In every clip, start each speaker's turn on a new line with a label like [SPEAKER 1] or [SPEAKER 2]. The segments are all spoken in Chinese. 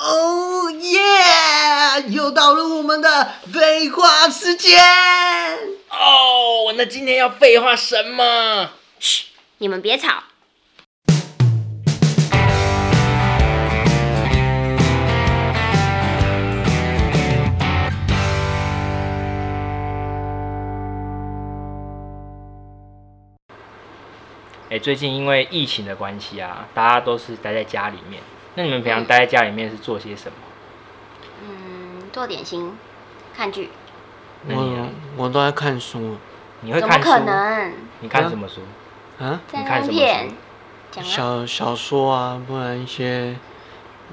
[SPEAKER 1] Oh 又到了我们的废话时间。
[SPEAKER 2] 哦，那今天要废话什么？
[SPEAKER 3] 嘘，你们别吵。
[SPEAKER 2] 哎、最近因为疫情的关系啊，大家都是待在家里面。那你们平常待在家里面是做些什么？
[SPEAKER 3] 嗯，做点心，看剧，
[SPEAKER 2] 那你呢
[SPEAKER 1] 我我都在看书
[SPEAKER 2] 你会
[SPEAKER 3] 怎么
[SPEAKER 2] 看
[SPEAKER 3] 可
[SPEAKER 2] 书？
[SPEAKER 3] 能？
[SPEAKER 2] 你
[SPEAKER 1] 嗯
[SPEAKER 2] 看什么书？
[SPEAKER 1] 啊，
[SPEAKER 3] 在那
[SPEAKER 2] 你看
[SPEAKER 3] 边
[SPEAKER 2] 什么
[SPEAKER 3] 骗
[SPEAKER 2] 书？
[SPEAKER 3] 讲啊，
[SPEAKER 1] 小小说啊，不然一些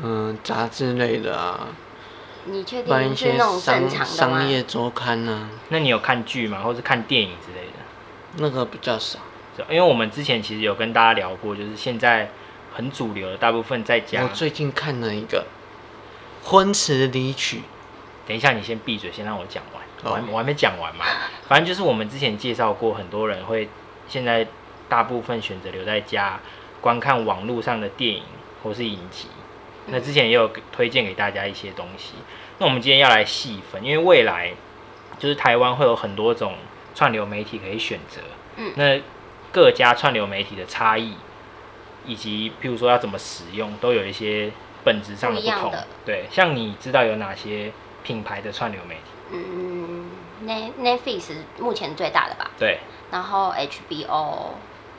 [SPEAKER 1] 嗯杂志类的啊，
[SPEAKER 3] 你确
[SPEAKER 1] 不然一
[SPEAKER 3] 定是
[SPEAKER 1] 些
[SPEAKER 3] 那种正
[SPEAKER 1] 商
[SPEAKER 3] 常的吗
[SPEAKER 1] 商？业周刊啊，
[SPEAKER 2] 那你有看剧吗？或是看电影之类的？
[SPEAKER 1] 那个比较少。
[SPEAKER 2] 是因为我们之前其实有跟大家聊过，就是现在很主流的大部分在家
[SPEAKER 1] 我。最近看了一个《婚词离曲
[SPEAKER 2] 等一下，你先闭嘴，先让我讲完。
[SPEAKER 1] 哦
[SPEAKER 2] 我还我还没讲完嘛。反正就是我们之前介绍过，很多人会现在大部分选择留在家观看网络上的电影或是影集。
[SPEAKER 3] 嗯
[SPEAKER 2] 那之前也有推荐给大家一些东西。那我们今天要来细分，因为未来就是台湾会有很多种串流媒体可以选择。
[SPEAKER 3] 嗯
[SPEAKER 2] 那各家串流媒体的差异，以及譬如说要怎么使用，都有一些本质上的不
[SPEAKER 3] 不一样
[SPEAKER 2] 同。
[SPEAKER 3] 的
[SPEAKER 2] 对，像你知道有哪些品牌的串流媒体？
[SPEAKER 3] 嗯，Net Netflix 是目前最大的吧，
[SPEAKER 2] 对，
[SPEAKER 3] 然后 HBO，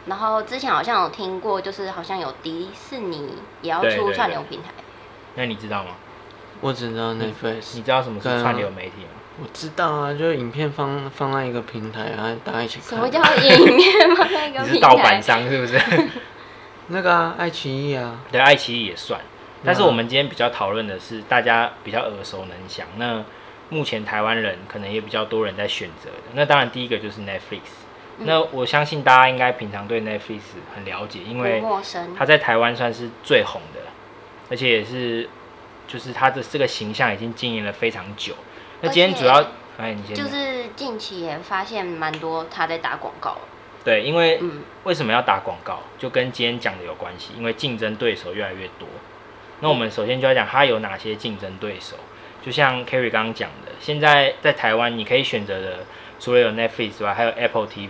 [SPEAKER 3] 然后之前好像有听过，就是好像有迪士尼也要
[SPEAKER 2] 对
[SPEAKER 3] 出
[SPEAKER 2] 对
[SPEAKER 3] 串
[SPEAKER 2] 对
[SPEAKER 3] 流 平台，
[SPEAKER 2] 那你知道吗？》，
[SPEAKER 1] 我只知道
[SPEAKER 2] 你
[SPEAKER 1] Netflix，
[SPEAKER 2] 知道什么是
[SPEAKER 1] 对啊
[SPEAKER 2] 串流媒体吗？
[SPEAKER 1] 我知道啊，就是影片放放在一个平台，然后大家一起
[SPEAKER 3] 什
[SPEAKER 1] 看。
[SPEAKER 3] 么叫影片 吗？那个
[SPEAKER 2] 你
[SPEAKER 3] 平
[SPEAKER 2] 是盗版
[SPEAKER 3] 台？
[SPEAKER 2] 商是不 是？
[SPEAKER 1] 那个啊，爱奇艺啊，
[SPEAKER 2] 对，爱奇艺也算。但
[SPEAKER 3] 嗯
[SPEAKER 2] 是我们今天比较讨论的是大家比较耳熟能详，那目前台湾人可能也比较多人在选择的。那当然第一个就是 Netflix，那
[SPEAKER 3] 嗯
[SPEAKER 2] 我相信大家应该平常对 Netflix 很了解，因
[SPEAKER 3] 不
[SPEAKER 2] 为
[SPEAKER 3] 陌生
[SPEAKER 2] 他，在台湾算是最红的，而且也是就是他的这个形象已经经营了非常久。那今天主
[SPEAKER 3] 而
[SPEAKER 2] 要
[SPEAKER 3] 且，
[SPEAKER 2] 哎，你先
[SPEAKER 3] 就
[SPEAKER 2] 讲
[SPEAKER 3] 是近期也发现蛮多他在打广告，
[SPEAKER 2] 对，因为
[SPEAKER 3] 嗯，
[SPEAKER 2] 为什么要打广告，就跟今天讲的有关系，因为竞争对手越来越多。那我们首先就要讲它有哪些竞争对手，就像 Kerry 刚刚讲的，现在在台湾你可以选择的，除了有 Netflix 之外，还有 Apple TV，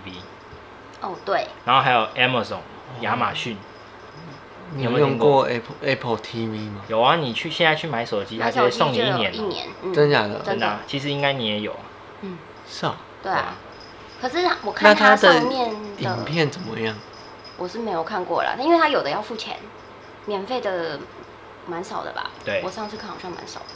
[SPEAKER 3] 哦对，
[SPEAKER 2] 然后还有
[SPEAKER 3] 哦
[SPEAKER 2] Amazon 亚马逊。
[SPEAKER 1] 你
[SPEAKER 2] 有
[SPEAKER 1] 有
[SPEAKER 2] 没有
[SPEAKER 1] 用
[SPEAKER 2] 听过
[SPEAKER 1] 过 Apple Apple TV 吗？
[SPEAKER 2] 有啊，你去现在去买手机，它
[SPEAKER 3] 那
[SPEAKER 2] 直接
[SPEAKER 3] 手
[SPEAKER 2] 送
[SPEAKER 3] 机
[SPEAKER 2] 你
[SPEAKER 3] 就
[SPEAKER 2] 一
[SPEAKER 3] 有
[SPEAKER 2] 年、
[SPEAKER 3] 一
[SPEAKER 2] 哦，
[SPEAKER 3] 年，嗯，
[SPEAKER 1] 真假的？
[SPEAKER 3] 真
[SPEAKER 2] 真
[SPEAKER 3] 的
[SPEAKER 2] 的啊、其实应该你也有啊。
[SPEAKER 3] 嗯，
[SPEAKER 1] 是啊。
[SPEAKER 3] 对
[SPEAKER 2] 对啊
[SPEAKER 3] 啊。可是我
[SPEAKER 1] 那
[SPEAKER 3] 看它
[SPEAKER 1] 它的
[SPEAKER 3] 上面
[SPEAKER 1] 影
[SPEAKER 3] 的，
[SPEAKER 1] 片怎么样？
[SPEAKER 3] 我是没有看过啦，因为它有的要付钱，免费的蛮少的吧？
[SPEAKER 2] 对
[SPEAKER 3] 我上次看好像蛮少的。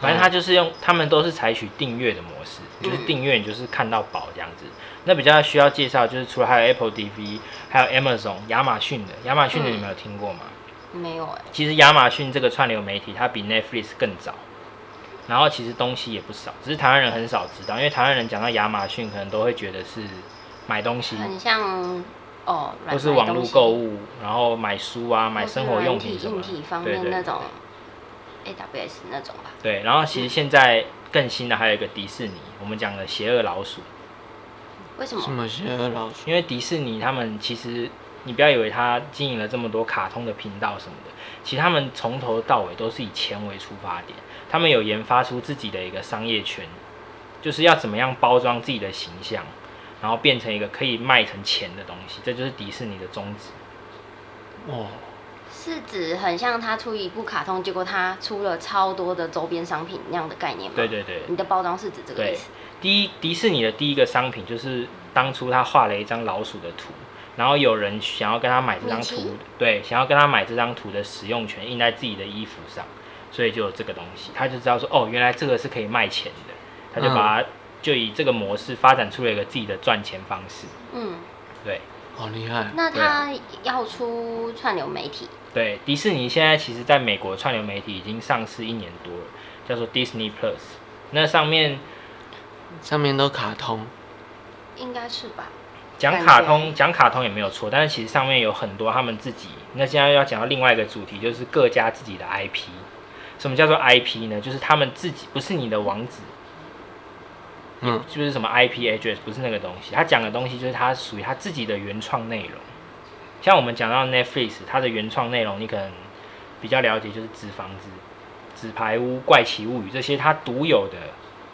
[SPEAKER 2] 反正他就是用，他们都是采取订阅的模式，
[SPEAKER 3] 嗯
[SPEAKER 2] 就是订阅你就是看到饱这样子。那比较需要介绍就是除了还有 Apple TV，还有 Amazon 亚马逊的，亚马逊的
[SPEAKER 3] 嗯
[SPEAKER 2] 你们有听过吗？
[SPEAKER 3] 没有哎、
[SPEAKER 2] 其实亚马逊这个串流媒体它比 Netflix 更早，然后其实东西也不少，只是台湾人很少知道，因为台湾人讲到亚马逊可能都会觉得是买东西，
[SPEAKER 3] 很像哦，软
[SPEAKER 2] 或是网络购，
[SPEAKER 3] 买东西
[SPEAKER 2] 物，然后买书啊，买
[SPEAKER 3] 或是
[SPEAKER 2] 生活用
[SPEAKER 3] 软
[SPEAKER 2] 品
[SPEAKER 3] 体
[SPEAKER 2] 什么
[SPEAKER 3] 硬
[SPEAKER 2] 的
[SPEAKER 3] 体方
[SPEAKER 2] 对
[SPEAKER 3] 面
[SPEAKER 2] 对
[SPEAKER 3] 那种 AWS 那种吧。
[SPEAKER 2] 对，然后其实现在更新的还有一个迪士尼，我们讲的邪恶老鼠。
[SPEAKER 3] 为什么？
[SPEAKER 1] 什么邪恶老鼠？
[SPEAKER 2] 因为迪士尼他们其实，你不要以为他经营了这么多卡通的频道什么的，其实他们从头到尾都是以钱为出发点，他们有研发出自己的一个商业圈，就是要怎么样包装自己的形象，然后变成一个可以卖成钱的东西，这就是迪士尼的宗旨。
[SPEAKER 1] 哦，
[SPEAKER 3] 是指很像他出一部卡通，结果他出了超多的周边商品那样的概念吗？
[SPEAKER 2] 对对对，
[SPEAKER 3] 你的包装是指这个意
[SPEAKER 2] 对
[SPEAKER 3] 思？，
[SPEAKER 2] 第一迪士尼的第一个商品就是当初他画了一张老鼠的图，然后有人想要跟他买这张
[SPEAKER 3] 米
[SPEAKER 2] 图
[SPEAKER 3] 奇，
[SPEAKER 2] 对，想要跟他买这张图的使用权印在自己的衣服上，所以就有这个东西，他就知道说哦，原来这个是可以卖钱的，他就把它、就以这个模式发展出了一个自己的赚钱方式，
[SPEAKER 3] 嗯，
[SPEAKER 2] 对。
[SPEAKER 1] 好厉害！
[SPEAKER 3] 那
[SPEAKER 2] 对啊
[SPEAKER 3] 他要出串流媒体，
[SPEAKER 2] 对，迪士尼现在其实在美国串流媒体已经上市一年多了，叫做 Disney Plus。那上面
[SPEAKER 1] 上面都卡通，
[SPEAKER 3] 应该是吧？
[SPEAKER 2] 讲卡通，讲卡通也没有错，但是其实上面有很多他们自己。那现在要讲到另外一个主题，就是各家自己的 IP。什么叫做 IP 呢？就是他们自己，不是你的网址，
[SPEAKER 1] 嗯，
[SPEAKER 2] 就是什么 IP address，不是那个东西。他讲的东西就是他属于他自己的原创内容。像我们讲到 Netflix，它的原创内容你可能比较了解，就是《纸房子》纸牌屋、怪奇物语这些它独有的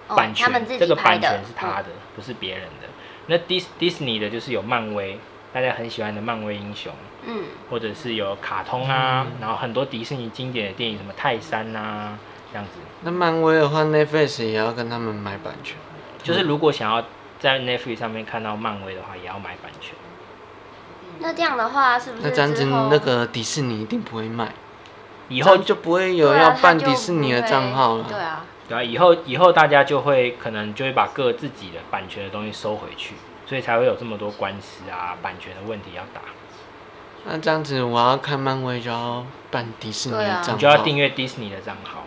[SPEAKER 3] 哦
[SPEAKER 2] 版权，
[SPEAKER 3] 他们自己
[SPEAKER 2] 这个
[SPEAKER 3] 拍
[SPEAKER 2] 版
[SPEAKER 3] 的嗯
[SPEAKER 2] 权是他的，不是别人的。那 Dis Disney 的就是有漫威，大家很喜欢的漫威英雄，
[SPEAKER 3] 嗯，
[SPEAKER 2] 或者是有卡通啊，
[SPEAKER 1] 嗯
[SPEAKER 2] 然后很多迪士尼经典的电影，什么泰山啊这样子。
[SPEAKER 1] 那漫威的话，Netflix 也要跟他们买版权。
[SPEAKER 3] 嗯
[SPEAKER 2] 就是如果想要在 Netflix 上面看到漫威的话，也要买版权。
[SPEAKER 3] 那这样的话是不
[SPEAKER 1] 那
[SPEAKER 3] 是
[SPEAKER 1] 这样子，
[SPEAKER 3] 嗯之后
[SPEAKER 1] 那个迪士尼一定不会卖，
[SPEAKER 2] 以后
[SPEAKER 1] 这样就不会有
[SPEAKER 3] 对啊
[SPEAKER 1] 要办
[SPEAKER 3] 他就
[SPEAKER 1] 迪士尼的账号
[SPEAKER 3] 不会对
[SPEAKER 1] 了。
[SPEAKER 3] 啊，
[SPEAKER 2] 对啊，以后以后大家就会可能就会把各自己的版权的东西收回去，所以才会有这么多官司啊，版权的问题要打。
[SPEAKER 1] 那这样子，我要看漫威就要办迪士尼的
[SPEAKER 3] 对啊
[SPEAKER 1] 账号，
[SPEAKER 2] 你就要订阅 Disney 的账号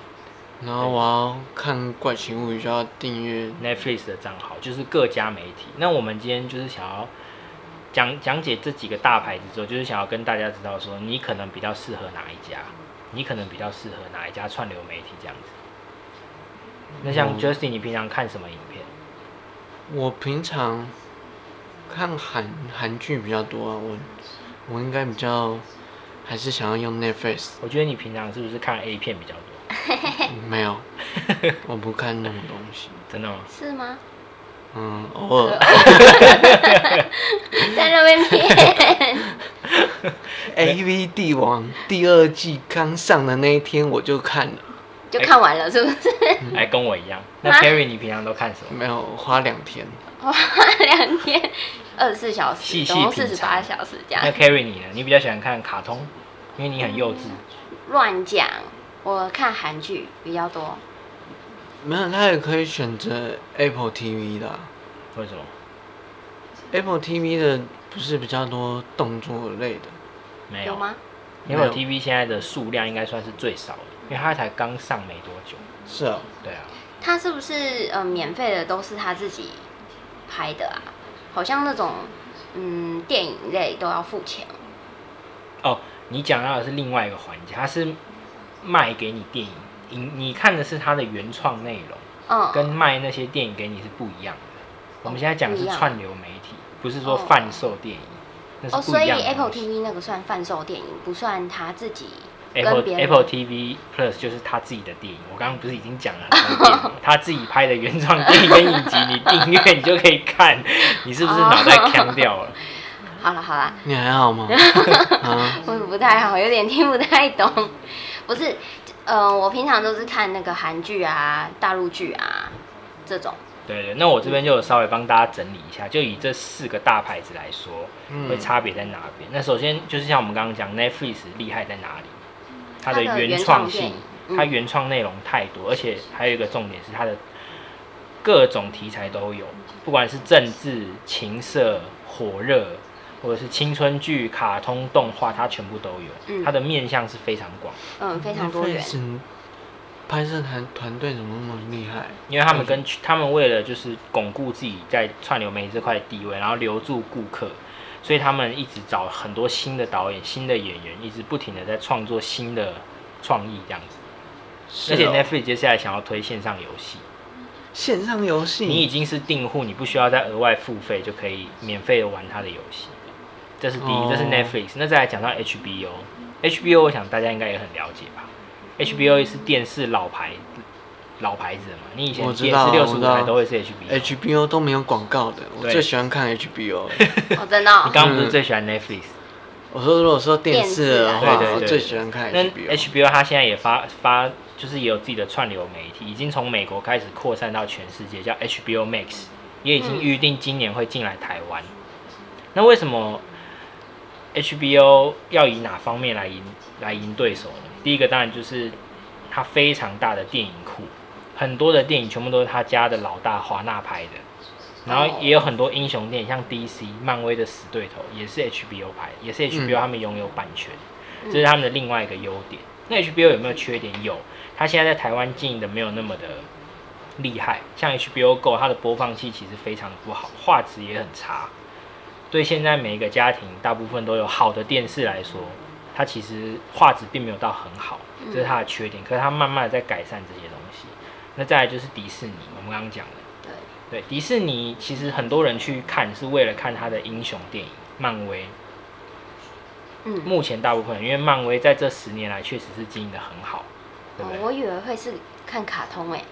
[SPEAKER 1] 然后我要看怪奇物语就要订阅。
[SPEAKER 2] ，Netflix 的账号，就是各家媒体。那我们今天就是想要讲讲解这几个大牌子之后，就是想要跟大家知道说，你可能比较适合哪一家，你可能比较适合哪一家串流媒体这样子。那像
[SPEAKER 1] 嗯
[SPEAKER 2] Justin，你平常看什么影片？
[SPEAKER 1] 我平常看韩韩剧比较多啊，我我应该比较还是想要用 Netflix，
[SPEAKER 2] 我觉得你平常是不是看 A 片比较多？
[SPEAKER 1] 没有，我不看那种东西，
[SPEAKER 2] 真的吗？
[SPEAKER 3] 是吗？
[SPEAKER 1] 嗯，偶尔。
[SPEAKER 3] 在那边 骗，
[SPEAKER 1] A V 帝王第二季刚上的那一天我就看了，
[SPEAKER 3] 就看完了是不是？
[SPEAKER 2] 哎，跟我一样。那
[SPEAKER 3] 啊
[SPEAKER 2] Carry，你平常都看什么？
[SPEAKER 1] 没有花两天。
[SPEAKER 3] 两天二十四 小时
[SPEAKER 2] 细，细
[SPEAKER 3] 总共
[SPEAKER 2] 品
[SPEAKER 3] 四十
[SPEAKER 2] 尝
[SPEAKER 3] 八小时这样
[SPEAKER 2] 那。Carry 你呢？你比较喜欢看卡通，因为你很幼稚。
[SPEAKER 3] 嗯乱讲，我看韩剧比较多，
[SPEAKER 1] 没有，他也可以选择 Apple TV 的啊、
[SPEAKER 2] 为什么？
[SPEAKER 1] Apple TV 的不是比较多动作类的，
[SPEAKER 2] 没
[SPEAKER 3] 有
[SPEAKER 2] 有
[SPEAKER 3] 吗？
[SPEAKER 1] 没有
[SPEAKER 2] ？Apple TV 现在的数量应该算是最少的，因为它才刚上没多久。
[SPEAKER 1] 是啊，
[SPEAKER 2] 对啊，
[SPEAKER 3] 他是不是呃免费的都是他自己拍的啊？好像那种嗯电影类都要付钱，
[SPEAKER 2] 哦，你讲到的是另外一个环节，它是卖给你电影，你你看的是它的原创内容，
[SPEAKER 3] 嗯，
[SPEAKER 2] 跟卖那些电影给你是不一样的。我们现在讲的
[SPEAKER 3] 不一
[SPEAKER 2] 是
[SPEAKER 3] 样
[SPEAKER 2] 串流媒体，不是说
[SPEAKER 3] 哦
[SPEAKER 2] 贩售电影，那
[SPEAKER 3] 哦，
[SPEAKER 2] 是不
[SPEAKER 3] 所
[SPEAKER 2] 一
[SPEAKER 3] 以
[SPEAKER 2] 样的东西。
[SPEAKER 3] Apple TV 那个算贩售电影，不算他自己跟
[SPEAKER 2] Apple
[SPEAKER 3] 别人
[SPEAKER 2] Apple TV Plus 就是他自己的电影，我刚刚不是已经讲了很多遍 了吗，他自己拍的原创电影跟影集，你订阅你就可以看，你是不是脑
[SPEAKER 3] 哦
[SPEAKER 2] 袋腔掉了？
[SPEAKER 3] 好了好了，
[SPEAKER 1] 你还 好吗？啊，
[SPEAKER 3] 我不太好，有点听不太懂。不是，呃，我平常都是看那个韩剧啊、大陆剧啊这种。
[SPEAKER 2] 对对，那我这边就有稍微帮大家整理一下，就以这四个大牌子来说，会
[SPEAKER 1] 嗯，
[SPEAKER 2] 差别在哪边？那首先就是像我们刚刚讲 Netflix 厉害在哪里，它的
[SPEAKER 3] 它的
[SPEAKER 2] 原
[SPEAKER 3] 原
[SPEAKER 2] 创
[SPEAKER 3] 创
[SPEAKER 2] 性
[SPEAKER 3] 性，嗯
[SPEAKER 2] 它原创内容太多，而且还有一个重点是它的各种题材都有，不管是政治、情色、火热，或者是青春剧、卡通、动画，它全部都有，
[SPEAKER 3] 嗯
[SPEAKER 2] 它的面向是非常广，
[SPEAKER 3] 嗯，非常多元。
[SPEAKER 1] Netflix 拍摄团团队怎么那么厉害？
[SPEAKER 2] 因为他们跟他们为了就是巩固自己在串流媒体这块的地位，然后留住顾客，所以他们一直找很多新的导演、新的演员，一直不停的在创作新的创意这样子。
[SPEAKER 1] 是
[SPEAKER 2] 而且
[SPEAKER 1] 哦
[SPEAKER 2] Netflix 接下来想要推线上游戏，
[SPEAKER 1] 线上游戏，
[SPEAKER 2] 你已经是订户，你不需要再额外付费就可以免费的玩它的游戏。这是第一，
[SPEAKER 1] 哦
[SPEAKER 2] 这是 Netflix。那再来讲到 HBO，HBO 我想大家应该也很了解吧？HBO 是电视老牌老牌子了嘛，你以前
[SPEAKER 1] 我知
[SPEAKER 2] 电
[SPEAKER 1] 道
[SPEAKER 2] 视六十
[SPEAKER 1] 我
[SPEAKER 2] 五
[SPEAKER 1] 知道
[SPEAKER 2] 台都会是 HBO。
[SPEAKER 1] HBO 都没有广告的，我
[SPEAKER 2] 对
[SPEAKER 1] 最喜欢看 HBO 了。
[SPEAKER 3] 哦，真的哦、
[SPEAKER 2] 你刚刚不是
[SPEAKER 1] 嗯
[SPEAKER 2] 最喜欢 Netflix？
[SPEAKER 1] 我说如果说电视
[SPEAKER 3] 啊
[SPEAKER 2] 对
[SPEAKER 1] 的话，
[SPEAKER 2] 对对，
[SPEAKER 1] 哦我
[SPEAKER 2] 对
[SPEAKER 1] 最喜欢看
[SPEAKER 2] 那
[SPEAKER 1] HBO。
[SPEAKER 2] HBO 它现在也发发，就是也有自己的串流媒体，已经从美国开始扩散到全世界，叫 HBO Max，也已经
[SPEAKER 1] 嗯
[SPEAKER 2] 预定今年会进来台湾。那为什么 HBO 要以哪方面来赢来赢对手呢？第一个当然就是它非常大的电影库，很多的电影全部都是他家的老大华纳拍的。然
[SPEAKER 1] 哦
[SPEAKER 2] 后也有很多英雄电影，像 DC、漫威的死对头也是 HBO 拍的，也是 HBO 他们拥有版权。这是他们的另外一个优点。那 HBO 有没有缺点？有，它现在在台湾经营的没有那么的厉害。像 HBO Go，它的播放器其实非常的不好，画质也很差。对现在每一个家庭，大部分都有好的电视来说，它其实画质并没有到很好，这是它的缺点。可是它慢慢的在改善这些东西。那再来就是迪士尼，我们刚刚讲的，
[SPEAKER 3] 对，
[SPEAKER 2] 对，迪士尼其实很多人去看是为了看它的英雄电影，漫威。
[SPEAKER 3] 嗯，
[SPEAKER 2] 目前大部分，因为漫威在这十年来确实是经营的很好，对不
[SPEAKER 3] 哦
[SPEAKER 2] 对？
[SPEAKER 3] 我以为会是看卡通诶，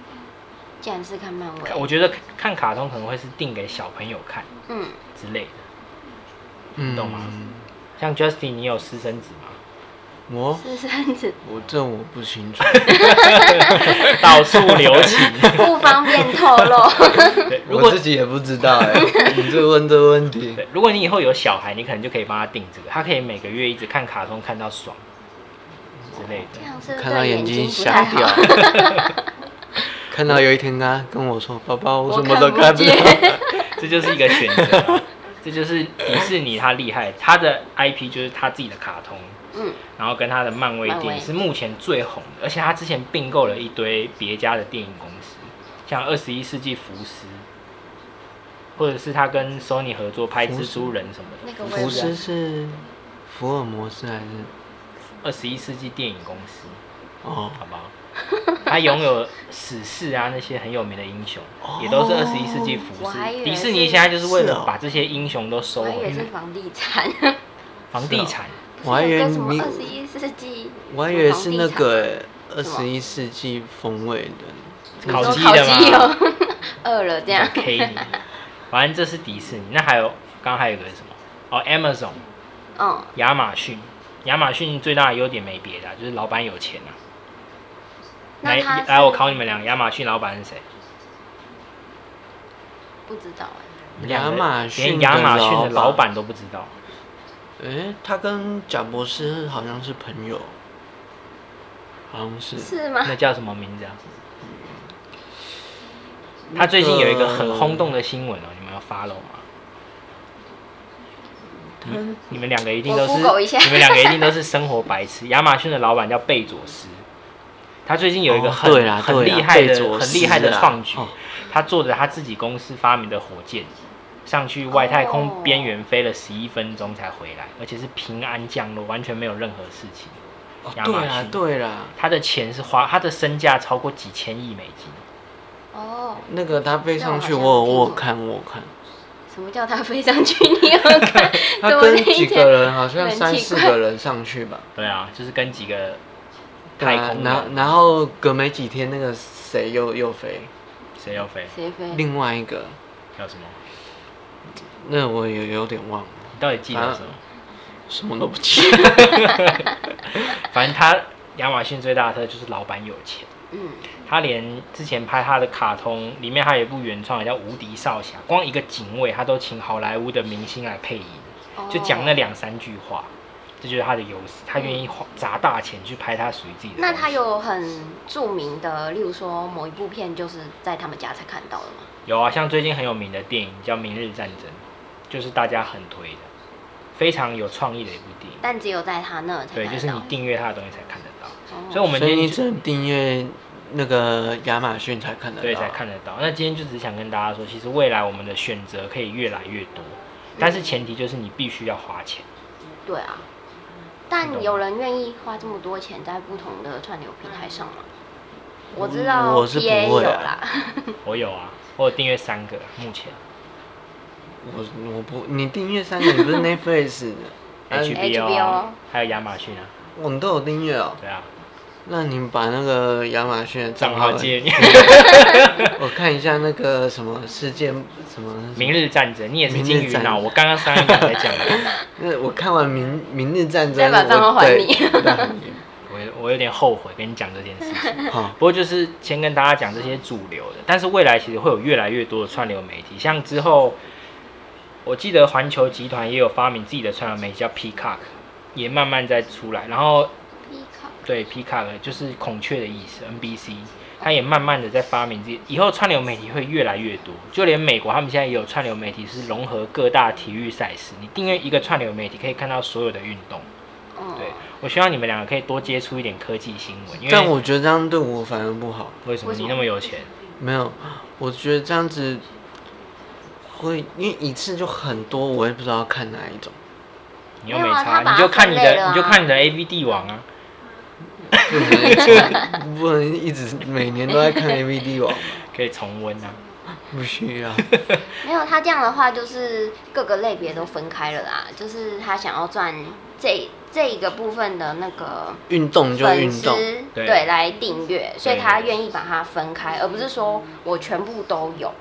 [SPEAKER 3] 竟然是看漫威。
[SPEAKER 2] 我觉得看卡通可能会是定给小朋友看
[SPEAKER 3] 嗯，
[SPEAKER 2] 之类的。
[SPEAKER 1] 嗯，
[SPEAKER 2] 懂吗像 Justin，你有私生子吗？
[SPEAKER 1] 我
[SPEAKER 3] 私生子
[SPEAKER 1] 我这我不清 楚，
[SPEAKER 2] 到处留情。
[SPEAKER 3] 不方便透露。
[SPEAKER 2] 对，如
[SPEAKER 1] 我
[SPEAKER 2] 果
[SPEAKER 1] 自己也不知 道哎、你这问这问题，
[SPEAKER 2] 对，如果你以后有小孩，你可能就可以帮他定这个，他可以每个月一直看卡通看到爽之类
[SPEAKER 3] 这
[SPEAKER 2] 的。
[SPEAKER 3] 样是不是
[SPEAKER 1] 看到
[SPEAKER 3] 对
[SPEAKER 1] 眼
[SPEAKER 3] 眼
[SPEAKER 1] 睛
[SPEAKER 3] 不太
[SPEAKER 1] 瞎
[SPEAKER 3] 好
[SPEAKER 1] 掉。。 看到有一天啊，跟我说：“爸爸，我
[SPEAKER 3] 我
[SPEAKER 1] 什么都看
[SPEAKER 3] 不
[SPEAKER 1] 不到。
[SPEAKER 3] 见。
[SPEAKER 2] 这就是一个选择啊，这就是迪士尼它厉害，它的 IP 就是它自己的卡通，
[SPEAKER 3] 嗯，
[SPEAKER 2] 然后跟它的漫威电
[SPEAKER 3] 漫
[SPEAKER 2] 影
[SPEAKER 3] 威
[SPEAKER 2] 是目前最红的，而且它之前并购了一堆别家的电影公司，像二十一世纪福斯，或者是他跟 Sony 合作拍
[SPEAKER 1] 福
[SPEAKER 2] 蜘
[SPEAKER 1] 斯
[SPEAKER 2] 蛛人什么的。
[SPEAKER 3] 那个”我也
[SPEAKER 1] 福
[SPEAKER 3] 不知道
[SPEAKER 1] 斯是福尔摩斯还是？
[SPEAKER 2] 二十一世纪电影公司，
[SPEAKER 1] 哦，
[SPEAKER 2] 好 不好？它拥有史诗啊那些很有名的英雄，也都是二十一世纪福
[SPEAKER 3] 我
[SPEAKER 2] 斯
[SPEAKER 3] 还以。为
[SPEAKER 2] 迪士尼现在就是为
[SPEAKER 1] 哦是
[SPEAKER 2] 了
[SPEAKER 1] 哦
[SPEAKER 2] 把这些英雄都收
[SPEAKER 3] 我还以
[SPEAKER 2] 回
[SPEAKER 3] 为是
[SPEAKER 2] 来，
[SPEAKER 3] 房地产，
[SPEAKER 2] 房地产。
[SPEAKER 1] 我还以为
[SPEAKER 3] 有个什么
[SPEAKER 1] 你
[SPEAKER 3] 二十一世纪，
[SPEAKER 1] 我还以为是那个二
[SPEAKER 3] 什么
[SPEAKER 1] 十一世纪风味的，
[SPEAKER 3] 什么
[SPEAKER 2] 烤
[SPEAKER 3] 房
[SPEAKER 2] 鸡
[SPEAKER 3] 地产嗯
[SPEAKER 2] 的
[SPEAKER 3] 烤鸡
[SPEAKER 2] 吗？
[SPEAKER 3] 哦，饿了这样。
[SPEAKER 2] K 你，反正这是迪士尼。那还有，刚刚还有个什么？哦，Amazon，
[SPEAKER 3] 嗯，
[SPEAKER 2] 亚马逊。亚马逊最大的优点没别的啊、就是老板有钱啊。来
[SPEAKER 3] 那他
[SPEAKER 2] 来，
[SPEAKER 3] 是
[SPEAKER 2] 我考你们两个，亚马逊老板是谁？
[SPEAKER 3] 不知道哎，
[SPEAKER 1] 亚马
[SPEAKER 2] 连
[SPEAKER 1] 逊的
[SPEAKER 2] 亚马逊的老
[SPEAKER 1] 老板
[SPEAKER 2] 板都不知道。
[SPEAKER 1] 诶，他跟贾博士好像是朋友，好像是。
[SPEAKER 3] 是吗？
[SPEAKER 2] 那叫什么名字啊？他最近有一个很轰动的新闻哦，你们要 follow 吗？
[SPEAKER 1] 那个，
[SPEAKER 2] 你们两个一定都
[SPEAKER 3] 嗯
[SPEAKER 2] 是，
[SPEAKER 3] 我 Google 一下
[SPEAKER 2] 你们两个一定都是生活白痴。亚马逊的老板叫贝佐斯，他最近有一个
[SPEAKER 1] 哦
[SPEAKER 2] 很、
[SPEAKER 1] 对啦
[SPEAKER 2] 很
[SPEAKER 1] 对啦
[SPEAKER 2] 厉害
[SPEAKER 1] 贝
[SPEAKER 2] 的、
[SPEAKER 1] 佐斯
[SPEAKER 2] 很厉害的
[SPEAKER 1] 啦
[SPEAKER 2] 创举
[SPEAKER 1] 哦，
[SPEAKER 2] 他做着他自己公司发明的火箭，上去外太空边缘飞了十一分钟才回来，而且是平安降落，完全没有任何事情。
[SPEAKER 1] 哦
[SPEAKER 2] 亚
[SPEAKER 1] 对
[SPEAKER 2] 马
[SPEAKER 1] 啦
[SPEAKER 2] 逊
[SPEAKER 1] 对啦，
[SPEAKER 2] 他的钱是花，他的身价超过几千亿美金。
[SPEAKER 3] 哦，
[SPEAKER 1] 那个他飞上去，
[SPEAKER 3] 那
[SPEAKER 1] 我
[SPEAKER 3] 我好像听过
[SPEAKER 1] 有我有看我有 看，
[SPEAKER 3] 什么叫他飞上去？你有 看？
[SPEAKER 1] 他
[SPEAKER 3] 怎么
[SPEAKER 1] 跟
[SPEAKER 3] 那
[SPEAKER 1] 几
[SPEAKER 3] 一
[SPEAKER 1] 个
[SPEAKER 3] 天
[SPEAKER 1] 人好像
[SPEAKER 3] 很
[SPEAKER 1] 三
[SPEAKER 3] 奇
[SPEAKER 1] 四
[SPEAKER 3] 怪
[SPEAKER 1] 个人上去吧，
[SPEAKER 2] 对啊，就是跟几个
[SPEAKER 1] 对
[SPEAKER 2] 太
[SPEAKER 1] 啊
[SPEAKER 2] 空人
[SPEAKER 1] 然后然后隔没几天，那个谁又又飞，
[SPEAKER 2] 谁要飞？
[SPEAKER 3] 谁飞？
[SPEAKER 1] 另外一个，
[SPEAKER 2] 叫什么？
[SPEAKER 1] 那我有有点忘了，
[SPEAKER 2] 你到底记
[SPEAKER 3] 啊
[SPEAKER 2] 得什么？
[SPEAKER 1] 什么都不记得。
[SPEAKER 2] 反正他亚马逊最大的特色就是老板有钱，
[SPEAKER 3] 嗯，
[SPEAKER 2] 他连之前拍他的卡通里面，他有一部原创叫《无敌少侠》，光一个警卫他都请好莱坞的明星来配音，就讲那
[SPEAKER 3] 哦。
[SPEAKER 2] 两三句话，这就是他的优势，他愿意花砸大钱去拍他属于自己的。
[SPEAKER 3] 那他有很著名的，例如说某一部片就是在他们家才看到的吗？
[SPEAKER 2] 有啊，像最近很有名的电影叫《明日战争》，就是大家很推的，非常有创意的一部电影。
[SPEAKER 3] 但只有在他那才
[SPEAKER 2] 对，
[SPEAKER 3] 看
[SPEAKER 2] 就是
[SPEAKER 3] 得
[SPEAKER 2] 你
[SPEAKER 3] 到
[SPEAKER 2] 订阅他的东西才看得到。
[SPEAKER 3] 哦
[SPEAKER 2] 所以，我们
[SPEAKER 1] 所
[SPEAKER 2] 今
[SPEAKER 1] 以你
[SPEAKER 2] 天
[SPEAKER 1] 只
[SPEAKER 2] 就
[SPEAKER 1] 能订阅那个亚马逊才看得到，
[SPEAKER 2] 对才看得到。那今天就只想跟大家说，其实未来我们的选择可以越来越多，
[SPEAKER 1] 嗯
[SPEAKER 2] 但是前提就是你必须要花钱。
[SPEAKER 3] 对啊，
[SPEAKER 2] 你懂
[SPEAKER 3] 但
[SPEAKER 2] 吗
[SPEAKER 3] 有人愿意花这么多钱在不同的串流平台上吗？我知
[SPEAKER 1] 嗯
[SPEAKER 3] 道
[SPEAKER 1] 我是
[SPEAKER 3] P A
[SPEAKER 1] 不会
[SPEAKER 3] 有
[SPEAKER 1] 啊
[SPEAKER 3] 啦，
[SPEAKER 2] 我有啊，我有订阅三个，目前
[SPEAKER 1] 我我不，你订阅三个， 你不是 Netflix 的，啊
[SPEAKER 2] HBO 啊
[SPEAKER 3] HBO
[SPEAKER 2] 还有亚马逊啊，
[SPEAKER 1] 我们都有订阅哦。
[SPEAKER 2] 对啊，
[SPEAKER 1] 那你把那个亚马逊的
[SPEAKER 2] 账
[SPEAKER 1] 账
[SPEAKER 2] 号
[SPEAKER 1] 号，
[SPEAKER 2] 借你。
[SPEAKER 1] 嗯 我看一下那个什么事件什么。
[SPEAKER 2] 明日战争，你也是金鱼
[SPEAKER 1] 明日战
[SPEAKER 2] 脑，
[SPEAKER 1] 争
[SPEAKER 2] 我刚刚上一讲在讲的，
[SPEAKER 1] 那我看完明明日战争，
[SPEAKER 3] 再把账号
[SPEAKER 1] 我
[SPEAKER 3] 还
[SPEAKER 1] 对
[SPEAKER 3] 你
[SPEAKER 1] 再还你
[SPEAKER 2] 我我有点后悔跟你讲这件事情。
[SPEAKER 1] 好，
[SPEAKER 2] 不过就是先跟大家讲这些主流的，但是未来其实会有越来越多的串流媒体，像之后，我记得环球集团也有发明自己的串流媒体叫 Peacock，也慢慢在出来。然后
[SPEAKER 3] Peacock
[SPEAKER 2] 对 Peacock 就是孔雀的意思，NBC，它也慢慢的在发明自己。以后串流媒体会越来越多，就连美国他们现在也有串流媒体是融合各大体育赛事，你订阅一个串流媒体可以看到所有的运动。
[SPEAKER 3] 嗯，
[SPEAKER 2] 对，我希望你们两个可以多接触一点科技新闻，因为
[SPEAKER 1] 但我觉得这样对我反而不好。
[SPEAKER 2] 为什么
[SPEAKER 3] 为什
[SPEAKER 2] 你
[SPEAKER 3] 么
[SPEAKER 2] 那么有钱？
[SPEAKER 1] 没有，我觉得这样子会，因为一次就很多，我也不知道看哪一种。
[SPEAKER 2] 你又
[SPEAKER 3] 没有啊
[SPEAKER 2] 差，
[SPEAKER 3] 他把
[SPEAKER 2] 你就
[SPEAKER 3] 它
[SPEAKER 2] 看你
[SPEAKER 3] 分类了
[SPEAKER 2] 的，
[SPEAKER 3] 啊
[SPEAKER 2] 你就看你的 A V 帝王啊。
[SPEAKER 1] 不能一直不能一直每年都在看 A V D 网，
[SPEAKER 2] 可以重温啊，
[SPEAKER 1] 不需要。
[SPEAKER 3] 没有他这样的话，就是各个类别都分开了啦，就是他想要赚这这一个部分的那个
[SPEAKER 1] 运动就
[SPEAKER 3] 粉
[SPEAKER 1] 运
[SPEAKER 3] 丝
[SPEAKER 1] 动，
[SPEAKER 2] 对
[SPEAKER 3] 对来订阅，所以
[SPEAKER 2] 对
[SPEAKER 3] 他愿意把它分开，而不是说我全部都有。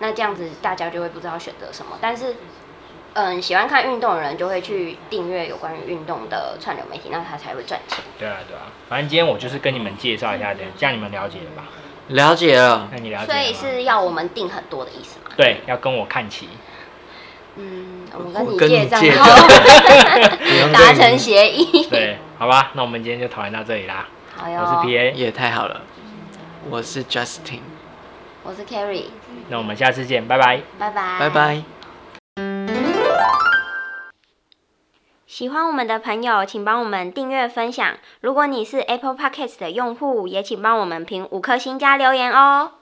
[SPEAKER 3] 那这样子大家就会不知道选择什么。但是，嗯，喜欢看运动的人就会去订阅有关于运动的串流媒体，那他才会赚钱。
[SPEAKER 2] 对啊对啊，反正今天我就是跟你们介绍一下，对，这样你们了解了吧？
[SPEAKER 1] 了解了，
[SPEAKER 2] 那你了解
[SPEAKER 3] 所
[SPEAKER 2] 了
[SPEAKER 3] 以
[SPEAKER 2] 吗
[SPEAKER 3] 是要我们订很多的意思吗？
[SPEAKER 2] 对，要跟我看齐。
[SPEAKER 3] 嗯，我
[SPEAKER 1] 我
[SPEAKER 3] 跟
[SPEAKER 1] 跟
[SPEAKER 3] 你借
[SPEAKER 1] 你
[SPEAKER 3] 账
[SPEAKER 1] 借
[SPEAKER 3] 号
[SPEAKER 1] 不用
[SPEAKER 3] 达
[SPEAKER 1] 跟你
[SPEAKER 3] 成协议。
[SPEAKER 2] 对，好吧，那我们今天就讨论到这里啦。
[SPEAKER 3] 好
[SPEAKER 2] 我
[SPEAKER 3] 哟，
[SPEAKER 2] 是 PA，
[SPEAKER 1] 也太好了。我是 Justin，
[SPEAKER 3] 我是 Carrie，
[SPEAKER 2] 那我们下次见，拜拜。
[SPEAKER 3] 拜拜，
[SPEAKER 1] 拜拜。
[SPEAKER 3] 喜欢我们的朋友，请帮我们订阅分享。如果你是 Apple Podcast 的用户，也请帮我们评五颗星加留言哦。